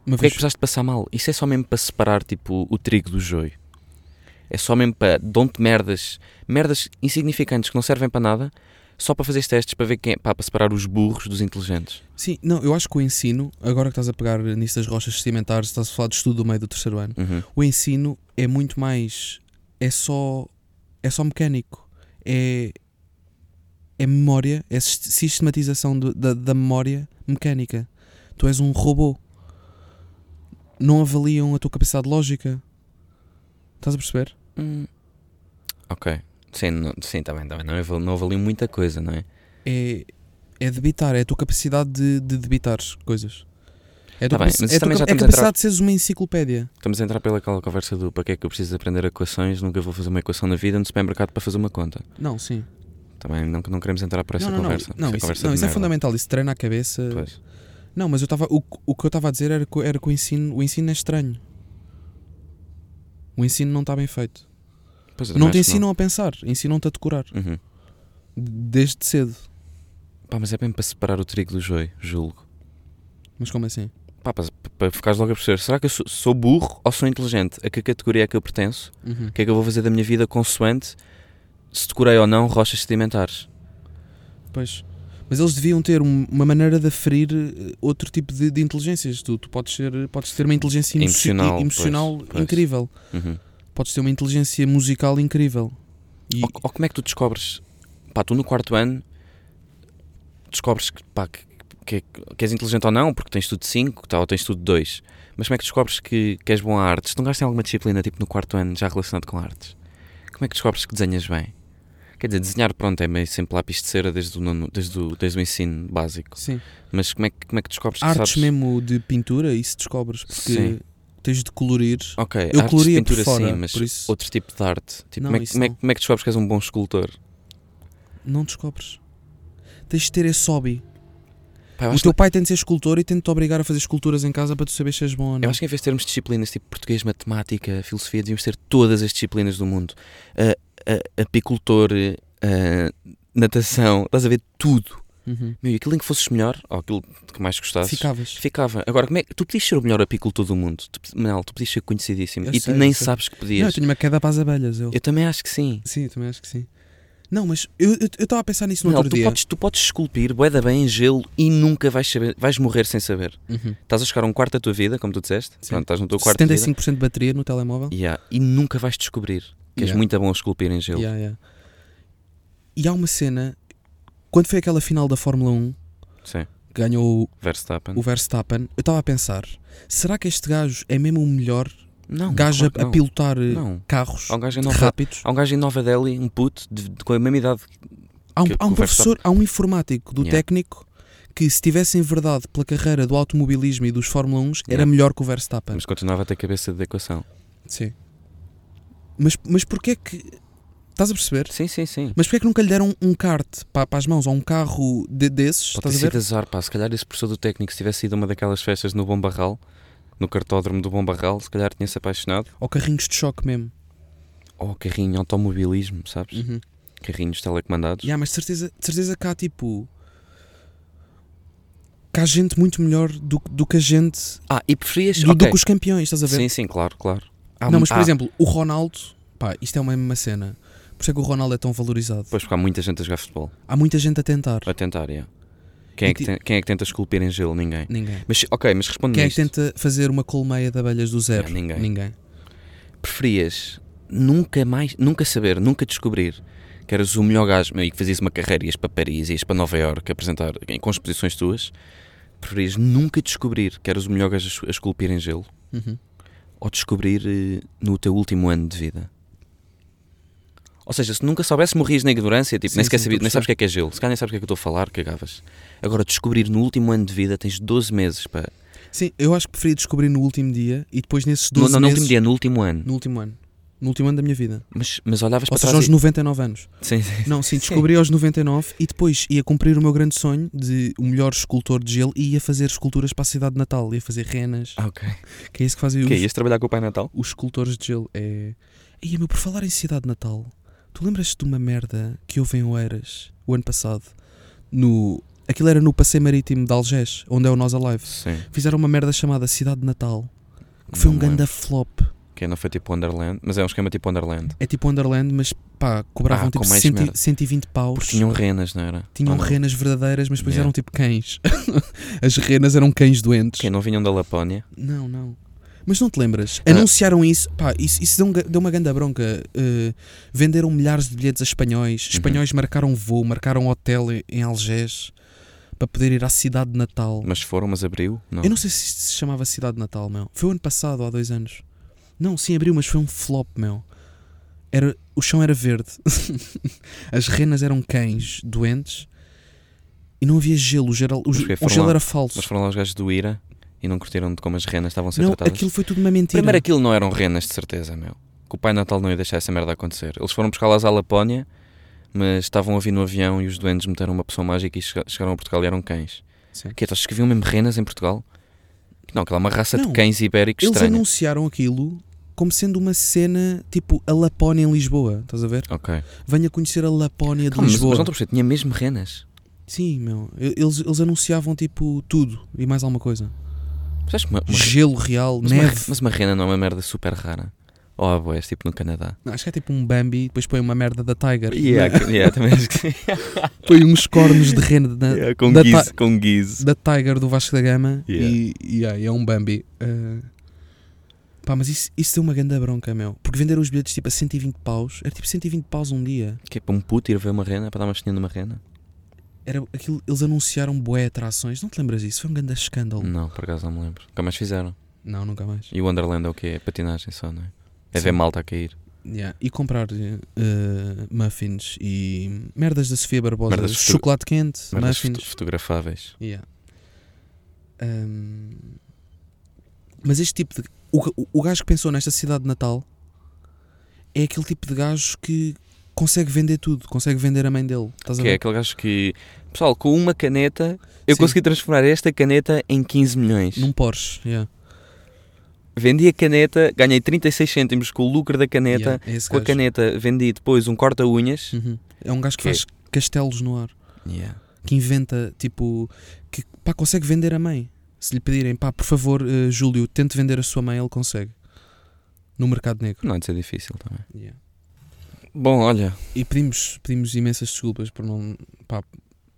[SPEAKER 3] Uma
[SPEAKER 2] Porquê é
[SPEAKER 3] vez,
[SPEAKER 2] que precisaste passar mal? Isso é só mesmo para separar tipo, o trigo do joio. É só mesmo para dão-te merdas, merdas insignificantes que não servem para nada, só para fazer testes para ver quem é, pá, para separar os burros dos inteligentes.
[SPEAKER 3] Sim, não, eu acho que o ensino, agora que estás a pegar nisso das rochas sedimentares, estás a falar de estudo do meio do terceiro ano,
[SPEAKER 2] Uhum.
[SPEAKER 3] o ensino é muito mais. é só. é só mecânico. É. é memória, é sis- sistematização do- da, da memória mecânica. Tu és um robô. Não avaliam a tua capacidade lógica. Estás a perceber?
[SPEAKER 2] Hum. Ok. Sim, não, sim, está bem, está bem. Não, aval- não avalio muita coisa, não é?
[SPEAKER 3] É. é debitar, é a tua capacidade de, de debitar coisas. É a tua,
[SPEAKER 2] Tá bem,
[SPEAKER 3] capaci-
[SPEAKER 2] mas isso
[SPEAKER 3] é a tua
[SPEAKER 2] também já
[SPEAKER 3] cap-
[SPEAKER 2] estamos
[SPEAKER 3] é a
[SPEAKER 2] a
[SPEAKER 3] capacidade
[SPEAKER 2] entrar-
[SPEAKER 3] de seres uma enciclopédia.
[SPEAKER 2] Estamos a entrar pela aquela conversa do para que é que eu preciso de aprender equações, nunca vou fazer uma equação na vida no supermercado para fazer uma conta.
[SPEAKER 3] Não, sim.
[SPEAKER 2] Também não, não queremos entrar por essa
[SPEAKER 3] não, não,
[SPEAKER 2] conversa.
[SPEAKER 3] Não, não,
[SPEAKER 2] é
[SPEAKER 3] isso,
[SPEAKER 2] conversa
[SPEAKER 3] não,
[SPEAKER 2] de
[SPEAKER 3] isso é
[SPEAKER 2] merda.
[SPEAKER 3] fundamental, isso treina a cabeça.
[SPEAKER 2] Pois.
[SPEAKER 3] Não, mas eu tava, o, o que eu estava a dizer era que, era que o, ensino, o ensino é estranho. O ensino não está bem feito.
[SPEAKER 2] Pois, eu
[SPEAKER 3] não
[SPEAKER 2] também
[SPEAKER 3] te
[SPEAKER 2] acho que
[SPEAKER 3] ensinam a pensar, ensinam-te a decorar.
[SPEAKER 2] não. Uhum.
[SPEAKER 3] Desde cedo.
[SPEAKER 2] Pá, mas é bem para separar o trigo do joio, julgo.
[SPEAKER 3] Mas como assim?
[SPEAKER 2] Pá, para, para ficares logo a perceber, será que eu sou, sou burro ou sou inteligente? A que categoria é que eu pertenço?
[SPEAKER 3] Uhum.
[SPEAKER 2] O que é que eu vou fazer da minha vida consoante se decorei ou não rochas sedimentares?
[SPEAKER 3] Pois. Mas eles deviam ter um- uma maneira de aferir eh, outro tipo de, de inteligências. Tu, tu podes, ser, podes ter uma inteligência emo-
[SPEAKER 2] Emocional,
[SPEAKER 3] e- emocional
[SPEAKER 2] pois, pois.
[SPEAKER 3] incrível.
[SPEAKER 2] Uhum.
[SPEAKER 3] Podes ter uma inteligência musical incrível. E,
[SPEAKER 2] Ou, ou como é que tu descobres? Pá, tu no quarto ano descobres que, pá, que, que, que és inteligente ou não, porque tens tudo 5 ou tens tudo 2. Mas como é que descobres que, que és bom a artes? Tu não gastas em alguma disciplina, tipo no quarto ano, já relacionado com artes? Como é que descobres que desenhas bem? Quer dizer, desenhar, pronto, é meio sempre lápis de cera desde o, nono- desde o, desde o ensino básico.
[SPEAKER 3] sim.
[SPEAKER 2] Mas como é que, como é que descobres que
[SPEAKER 3] Artes
[SPEAKER 2] sabes?
[SPEAKER 3] mesmo de pintura, isso descobres. Porque
[SPEAKER 2] Sim.
[SPEAKER 3] tens de colorir.
[SPEAKER 2] Ok,
[SPEAKER 3] Eu
[SPEAKER 2] artes de
[SPEAKER 3] coloria por
[SPEAKER 2] pintura
[SPEAKER 3] fora,
[SPEAKER 2] sim, mas
[SPEAKER 3] por isso-
[SPEAKER 2] outro tipo de arte. Tipo,
[SPEAKER 3] Não,
[SPEAKER 2] como, é, que-
[SPEAKER 3] isso
[SPEAKER 2] como, é, que-
[SPEAKER 3] não.
[SPEAKER 2] como é que descobres que és um bom escultor?
[SPEAKER 3] Não descobres. Tens de ter esse hobby.
[SPEAKER 2] Pá, eu,
[SPEAKER 3] O
[SPEAKER 2] acho
[SPEAKER 3] teu
[SPEAKER 2] que,
[SPEAKER 3] pai tem de ser escultor e tem de te obrigar a fazer esculturas em casa para tu saber se és bom ou não.
[SPEAKER 2] eu acho que em vez de termos disciplinas tipo português, matemática, filosofia, devíamos ter todas as disciplinas do mundo. Ah, ah, apicultor, ah, natação, estás a ver tudo.
[SPEAKER 3] Uhum.
[SPEAKER 2] Meu, e aquilo em que fosses melhor, ou aquilo que mais gostasses,
[SPEAKER 3] Ficavas.
[SPEAKER 2] Ficava. Agora, como é que tu podias ser o melhor apicultor do mundo? Tu, Manel, tu podias ser conhecidíssimo
[SPEAKER 3] Eu
[SPEAKER 2] e
[SPEAKER 3] sei,
[SPEAKER 2] tu nem
[SPEAKER 3] eu sei.
[SPEAKER 2] sabes que
[SPEAKER 3] Não, eu
[SPEAKER 2] podias.
[SPEAKER 3] tenho uma queda para as abelhas. Eu.
[SPEAKER 2] eu também acho que sim.
[SPEAKER 3] Sim, também acho que sim. Não, mas eu eu- eu estava a pensar nisso no
[SPEAKER 2] Manel,
[SPEAKER 3] outro
[SPEAKER 2] tu
[SPEAKER 3] dia.
[SPEAKER 2] podes, tu podes esculpir bué da bem em gelo e nunca vais saber, vais morrer sem saber.
[SPEAKER 3] Uhum.
[SPEAKER 2] Estás a chegar a um quarto da tua vida, como tu disseste,
[SPEAKER 3] Sim.
[SPEAKER 2] Pronto, estás no teu quarto da vida.
[SPEAKER 3] 75% de bateria no telemóvel.
[SPEAKER 2] Yeah, e nunca vais descobrir que és
[SPEAKER 3] Yeah.
[SPEAKER 2] muito bom a esculpir em gelo.
[SPEAKER 3] Yeah, yeah. E há uma cena, quando foi aquela final da Fórmula 1,
[SPEAKER 2] Sim,
[SPEAKER 3] que ganhou
[SPEAKER 2] Verstappen.
[SPEAKER 3] o Verstappen, eu estava a pensar, será que este gajo é mesmo o melhor
[SPEAKER 2] Não, claro
[SPEAKER 3] gajo a-
[SPEAKER 2] que
[SPEAKER 3] a
[SPEAKER 2] não.
[SPEAKER 3] pilotar eh,
[SPEAKER 2] Não.
[SPEAKER 3] carros
[SPEAKER 2] Há um gajo em Nova,
[SPEAKER 3] rápidos?
[SPEAKER 2] há um gajo em Nova Delhi, um puto, de- de- com a mesma idade.
[SPEAKER 3] Há um,
[SPEAKER 2] que- é
[SPEAKER 3] há um
[SPEAKER 2] que o
[SPEAKER 3] professor, há um informático do
[SPEAKER 2] Yeah.
[SPEAKER 3] técnico que se tivesse em verdade pela carreira do automobilismo e dos Fórmula 1 era
[SPEAKER 2] Yeah.
[SPEAKER 3] melhor que o Verstappen.
[SPEAKER 2] Mas continuava a ter cabeça de equação.
[SPEAKER 3] Sim. Mas, mas porquê é que... Estás a perceber?
[SPEAKER 2] Sim, sim, sim.
[SPEAKER 3] Mas porquê é que nunca lhe deram um kart para, para as mãos ou um carro de- desses?
[SPEAKER 2] Pode ter
[SPEAKER 3] estás a ver?
[SPEAKER 2] sido azar, pá. Se calhar esse professor do técnico, se tivesse ido a uma daquelas festas no Bom Barral, no cartódromo do Bom Barral, se calhar tinha-se apaixonado.
[SPEAKER 3] Ou carrinhos de choque mesmo.
[SPEAKER 2] Ou carrinho, automobilismo, sabes?
[SPEAKER 3] Uhum.
[SPEAKER 2] Carrinhos telecomandados.
[SPEAKER 3] Yeah, mas de certeza, de certeza que há tipo. que há gente muito melhor do, do que a gente.
[SPEAKER 2] Ah, e preferias...
[SPEAKER 3] Do, do
[SPEAKER 2] Ok.
[SPEAKER 3] que os campeões, estás a ver?
[SPEAKER 2] Sim, sim, claro, claro. Há-
[SPEAKER 3] Não, mas por
[SPEAKER 2] há-
[SPEAKER 3] exemplo, o Ronaldo. Pá, isto é uma mesma cena. Por isso é que o Ronaldo é tão valorizado.
[SPEAKER 2] Pois, porque há muita gente a jogar futebol.
[SPEAKER 3] Há muita gente a tentar.
[SPEAKER 2] A tentar, é. Quem,
[SPEAKER 3] E
[SPEAKER 2] é que
[SPEAKER 3] ti-
[SPEAKER 2] ten- quem é que tenta esculpir em gelo? Ninguém.
[SPEAKER 3] Ninguém.
[SPEAKER 2] Mas, ok, mas responde-me
[SPEAKER 3] Quem é que
[SPEAKER 2] isto.
[SPEAKER 3] tenta fazer uma colmeia de abelhas do zero?
[SPEAKER 2] Yeah, ninguém.
[SPEAKER 3] Ninguém.
[SPEAKER 2] Preferias nunca mais... Nunca saber, nunca descobrir que eras o melhor gajo meu, e que fazias uma carreira, ias para Paris, ias para Nova Iorque apresentar em, com exposições tuas. Preferias nunca descobrir que eras o melhor gajo a es- a esculpir em gelo
[SPEAKER 3] Uhum.
[SPEAKER 2] ou descobrir eh, no teu último ano de vida? Ou seja, se nunca soubesse, morrias na ignorância, tipo,
[SPEAKER 3] Sim,
[SPEAKER 2] nem, sequer
[SPEAKER 3] sim,
[SPEAKER 2] sabias-
[SPEAKER 3] estou a
[SPEAKER 2] nem sabes o que é que é gelo, se calhar nem sabes o que é que eu estou a falar, cagavas. Agora, descobrir no último ano de vida, tens 12 meses para.
[SPEAKER 3] Sim, eu acho que preferia descobrir no último dia e depois nesses
[SPEAKER 2] Não,
[SPEAKER 3] 12
[SPEAKER 2] não, no
[SPEAKER 3] meses.
[SPEAKER 2] último dia, no último ano.
[SPEAKER 3] No último ano. No último ano da minha vida.
[SPEAKER 2] Mas, mas olhavas
[SPEAKER 3] Ou
[SPEAKER 2] para
[SPEAKER 3] seja,
[SPEAKER 2] trás.
[SPEAKER 3] aos
[SPEAKER 2] E...
[SPEAKER 3] 99 anos.
[SPEAKER 2] Sim, sim.
[SPEAKER 3] Não, sim, descobri aos 99 e depois ia cumprir o meu grande sonho de o melhor escultor de gelo e ia fazer esculturas para a cidade de Natal, ia fazer renas,
[SPEAKER 2] Ah, ok.
[SPEAKER 3] que é isso que fazem
[SPEAKER 2] O
[SPEAKER 3] os,
[SPEAKER 2] quê? Ias trabalhar com o Pai Natal?
[SPEAKER 3] os escultores de gelo. É. Ia, meu, por falar em cidade de Natal, tu lembras-te de uma merda que houve em Oeiras o ano passado? No... Aquilo era no Passeio Marítimo de Algés, onde é o Nós Alive.
[SPEAKER 2] Sim.
[SPEAKER 3] Fizeram uma merda chamada Cidade de Natal, que foi
[SPEAKER 2] Não
[SPEAKER 3] um
[SPEAKER 2] me lembro.
[SPEAKER 3] ganda flop.
[SPEAKER 2] Que não foi tipo Wonderland, mas é um esquema tipo Wonderland.
[SPEAKER 3] É tipo Wonderland, mas pá, cobravam
[SPEAKER 2] Ah, com
[SPEAKER 3] tipo
[SPEAKER 2] mais
[SPEAKER 3] 100
[SPEAKER 2] merda.
[SPEAKER 3] 120 paus.
[SPEAKER 2] Porque tinham renas, não era?
[SPEAKER 3] Tinham
[SPEAKER 2] Ou não?
[SPEAKER 3] renas verdadeiras, mas depois
[SPEAKER 2] Yeah.
[SPEAKER 3] eram tipo cães. As renas eram cães doentes.
[SPEAKER 2] Que não vinham da Lapónia.
[SPEAKER 3] Não, não. Mas não te lembras?
[SPEAKER 2] Ah.
[SPEAKER 3] Anunciaram isso. Pá, isso, isso deu, um ga- deu uma ganda bronca. Uh, venderam milhares de bilhetes a
[SPEAKER 2] Uhum.
[SPEAKER 3] espanhóis. Espanhóis marcaram voo, marcaram hotel em- em Algés para poder ir à cidade de Natal.
[SPEAKER 2] Mas foram, mas abriu? Não.
[SPEAKER 3] Eu não sei se isto se chamava cidade de Natal, meu. Foi o ano passado, há dois anos. Não, sim, abriu, mas foi um flop, meu. Era, o chão era verde. As renas eram cães doentes. E não havia gelo. O, geral- o,
[SPEAKER 2] Mas
[SPEAKER 3] ge-
[SPEAKER 2] porquê?
[SPEAKER 3] o
[SPEAKER 2] Foram
[SPEAKER 3] gelo
[SPEAKER 2] lá-
[SPEAKER 3] era falso.
[SPEAKER 2] Mas foram lá os gajos do Ira e não curtiram de como as renas estavam a ser
[SPEAKER 3] não,
[SPEAKER 2] tratadas.
[SPEAKER 3] aquilo foi tudo uma
[SPEAKER 2] assim.
[SPEAKER 3] mentira.
[SPEAKER 2] Primeiro, é aquilo não eram renas, de certeza, meu. Que o Pai Natal não ia deixar essa merda acontecer. Eles foram buscá-las à Lapónia, mas estavam a vir no avião e os doentes meteram uma pessoa mágica e chega- chegaram a Portugal e eram cães.
[SPEAKER 3] Sim.
[SPEAKER 2] Que é, achas que haviam mesmo renas em Portugal? Não, aquela é uma raça
[SPEAKER 3] Não.
[SPEAKER 2] de cães ibéricos
[SPEAKER 3] Eles
[SPEAKER 2] estranha.
[SPEAKER 3] anunciaram aquilo como sendo uma cena tipo a Lapónia em Lisboa. Estás a ver?
[SPEAKER 2] Ok.
[SPEAKER 3] Venha conhecer a Lapónia de
[SPEAKER 2] Calma, mas,
[SPEAKER 3] Lisboa.
[SPEAKER 2] mas não estou a perceber, tinha mesmo renas.
[SPEAKER 3] Sim, meu. E- Eles, eles anunciavam tipo tudo e mais alguma coisa.
[SPEAKER 2] Mas acho que uma, uma-
[SPEAKER 3] Gelo real,
[SPEAKER 2] mas uma-
[SPEAKER 3] neve.
[SPEAKER 2] mas uma rena não é uma merda super rara. Oh, ah, boés, tipo no Canadá.
[SPEAKER 3] Não, acho que é tipo um Bambi, depois põe uma merda da Tiger. é?
[SPEAKER 2] Yeah, que- yeah, também acho que sim.
[SPEAKER 3] Põe uns cornos de rena da,
[SPEAKER 2] Yeah, com
[SPEAKER 3] da
[SPEAKER 2] guise,
[SPEAKER 3] ta-
[SPEAKER 2] com guise.
[SPEAKER 3] da Tiger do Vasco da Gama
[SPEAKER 2] Yeah.
[SPEAKER 3] e, e yeah, é um Bambi. Uh, Pá, mas isso, isso deu uma grande bronca, meu. Porque venderam os bilhetes tipo a 120 paus. Era tipo 120 paus um dia.
[SPEAKER 2] Que é para um puto ir ver uma rena, para dar uma festinha numa rena?
[SPEAKER 3] Era aquilo, eles anunciaram boé atrações. Não te lembras disso? Foi um grande escândalo.
[SPEAKER 2] Não, por acaso não me lembro. Nunca mais fizeram.
[SPEAKER 3] Não, nunca mais.
[SPEAKER 2] E o Wonderland é o quê? É patinagem só, não é? É
[SPEAKER 3] Sim.
[SPEAKER 2] ver malta a cair.
[SPEAKER 3] Yeah. E comprar uh, muffins e merdas da Sofia Barbosa.
[SPEAKER 2] Merdas de futuro-
[SPEAKER 3] Chocolate quente,
[SPEAKER 2] Merdas
[SPEAKER 3] muffins.
[SPEAKER 2] foto- fotografáveis.
[SPEAKER 3] Yeah. Ahm, mas este tipo de. O, ga- o gajo que pensou nesta cidade de Natal é aquele tipo de gajo que consegue vender tudo, consegue vender a mãe dele. Estás a
[SPEAKER 2] Que é
[SPEAKER 3] ver?
[SPEAKER 2] aquele gajo que. Pessoal, com uma caneta eu
[SPEAKER 3] Sim.
[SPEAKER 2] consegui transformar esta caneta em 15 milhões.
[SPEAKER 3] Num Porsche, yeah.
[SPEAKER 2] Vendi a caneta, ganhei 36 cêntimos com o lucro da caneta.
[SPEAKER 3] Yeah, é esse
[SPEAKER 2] Com a
[SPEAKER 3] gajo.
[SPEAKER 2] caneta vendi depois um corta-unhas.
[SPEAKER 3] Uhum. É um gajo que
[SPEAKER 2] Que é-
[SPEAKER 3] faz castelos no ar,
[SPEAKER 2] Yeah.
[SPEAKER 3] que inventa, tipo, que pá, consegue vender a mãe. Se lhe pedirem, pá, por favor, eh, Júlio, tente vender a sua mãe, ele consegue. No mercado negro.
[SPEAKER 2] Não há de ser difícil também.
[SPEAKER 3] Yeah.
[SPEAKER 2] Bom, olha,
[SPEAKER 3] E pedimos, pedimos imensas desculpas por não, pá,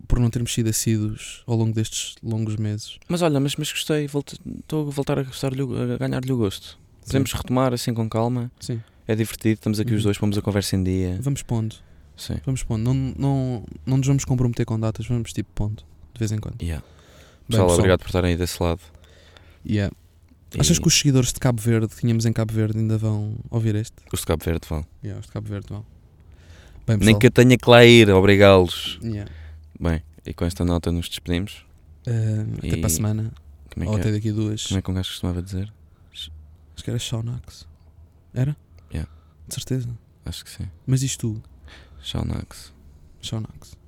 [SPEAKER 3] por não termos sido assíduos ao longo destes longos meses.
[SPEAKER 2] mas olha, mas, mas gostei, volto- estou a voltar a, gostar-lhe o- a ganhar-lhe o gosto. Podemos retomar assim com calma,
[SPEAKER 3] Sim.
[SPEAKER 2] é divertido, estamos aqui os
[SPEAKER 3] Uhum.
[SPEAKER 2] dois, pomos a conversa em dia.
[SPEAKER 3] Vamos pondo,
[SPEAKER 2] Sim.
[SPEAKER 3] vamos pondo. Não, não, não nos vamos comprometer com datas, vamos tipo pondo, de vez em quando.
[SPEAKER 2] Yeah.
[SPEAKER 3] Bem,
[SPEAKER 2] Pessoal,
[SPEAKER 3] pessoal.
[SPEAKER 2] obrigado por estarem aí desse lado.
[SPEAKER 3] Yeah.
[SPEAKER 2] E
[SPEAKER 3] Achas que os seguidores de Cabo Verde que tínhamos em Cabo Verde ainda vão ouvir este?
[SPEAKER 2] os de Cabo Verde vão?
[SPEAKER 3] Yeah, os de Cabo Verde vão. Bem, pessoal.
[SPEAKER 2] Nem que eu tenha que lá ir, obrigá-los.
[SPEAKER 3] Yeah.
[SPEAKER 2] Bem, e com esta nota nos despedimos.
[SPEAKER 3] Ah, até
[SPEAKER 2] E-
[SPEAKER 3] para a semana,
[SPEAKER 2] Como é
[SPEAKER 3] ou
[SPEAKER 2] que,
[SPEAKER 3] até
[SPEAKER 2] é?
[SPEAKER 3] daqui a duas.
[SPEAKER 2] Como é que um gajo costumava dizer?
[SPEAKER 3] Acho que era Shaunax. Era?
[SPEAKER 2] Yeah.
[SPEAKER 3] De certeza.
[SPEAKER 2] Acho que sim.
[SPEAKER 3] Mas diz tu,
[SPEAKER 2] Shall Knox.
[SPEAKER 3] Shaunax.